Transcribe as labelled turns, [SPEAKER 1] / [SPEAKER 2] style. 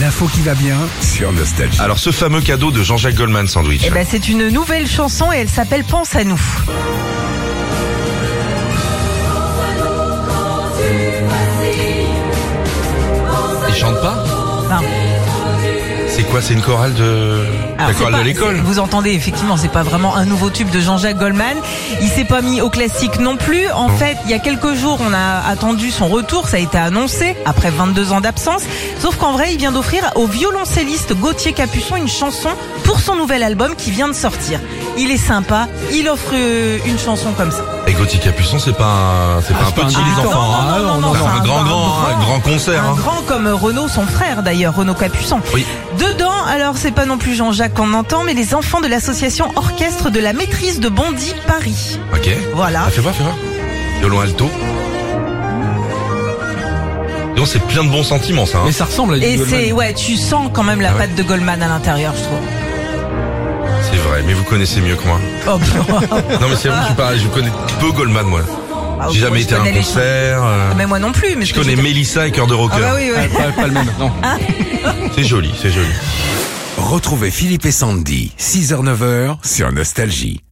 [SPEAKER 1] L'info qui va bien sur Nostalgie.
[SPEAKER 2] Alors ce fameux cadeau de Jean-Jacques Goldman Sandwich.
[SPEAKER 3] Eh ben, c'est une nouvelle chanson et elle s'appelle Pense à nous.
[SPEAKER 4] Ils chantent pas
[SPEAKER 3] Enfin,
[SPEAKER 2] C'est quoi C'est une chorale de la
[SPEAKER 3] alors, c'est
[SPEAKER 2] chorale
[SPEAKER 3] pas-
[SPEAKER 2] de l'école
[SPEAKER 3] c'est- Vous entendez effectivement, c'est pas vraiment un nouveau tube de Jean-Jacques Goldman. Il s'est pas mis au classique non plus. En fait, il y a quelques jours, on a attendu son retour. Ça a été annoncé après 22 ans d'absence. Sauf qu'en vrai, il vient d'offrir au violoncelliste Gauthier Capuçon une chanson pour son nouvel album qui vient de sortir. Il est sympa. Il offre euh, une chanson comme ça.
[SPEAKER 2] Et Gauthier Capuçon, c'est pas un, c'est pas un
[SPEAKER 4] c'est pas un
[SPEAKER 2] petit
[SPEAKER 4] petit
[SPEAKER 2] les
[SPEAKER 4] temps.
[SPEAKER 2] enfants. hein.
[SPEAKER 4] Ah, non, non,
[SPEAKER 2] C'est
[SPEAKER 3] c'est
[SPEAKER 2] un grand grand, hein, un grand concert.
[SPEAKER 3] Un
[SPEAKER 2] hein.
[SPEAKER 3] grand comme Renaud, son frère d'ailleurs, Renaud Capuçon.
[SPEAKER 2] Oui.
[SPEAKER 3] Dedans, alors c'est pas non plus Jean-Jacques qu'on entend, mais les enfants de l'association Orchestre de la Maîtrise de Bondy Paris.
[SPEAKER 2] Ok.
[SPEAKER 3] Voilà.
[SPEAKER 2] Ah, fais voir, fais voir. Violon alto. Donc c'est plein de bons sentiments ça. hein.
[SPEAKER 4] Mais ça ressemble à du
[SPEAKER 3] Et
[SPEAKER 4] Goldman.
[SPEAKER 3] c'est, ouais, tu sens quand même la
[SPEAKER 2] Ah ouais.
[SPEAKER 3] patte de Goldman à l'intérieur, je trouve.
[SPEAKER 2] C'est vrai, mais vous connaissez mieux que moi.
[SPEAKER 3] Oh, pff,
[SPEAKER 2] Non mais c'est vrai, je, suis pas, je connais peu Goldman moi.
[SPEAKER 3] ah,
[SPEAKER 2] J'ai jamais
[SPEAKER 3] je
[SPEAKER 2] été à
[SPEAKER 3] connais
[SPEAKER 2] un
[SPEAKER 3] les chansons.
[SPEAKER 2] concert. euh,
[SPEAKER 3] Mais moi non plus, mais
[SPEAKER 2] Je connais Mélissa et Cœur de Rocker.
[SPEAKER 3] bah, Ah bah oui,
[SPEAKER 4] Ah,
[SPEAKER 3] ouais.
[SPEAKER 4] pas, pas le même, non.
[SPEAKER 2] C'est joli, c'est joli.
[SPEAKER 1] Retrouvez Philippe et Sandy, 6h-9h sur Nostalgie.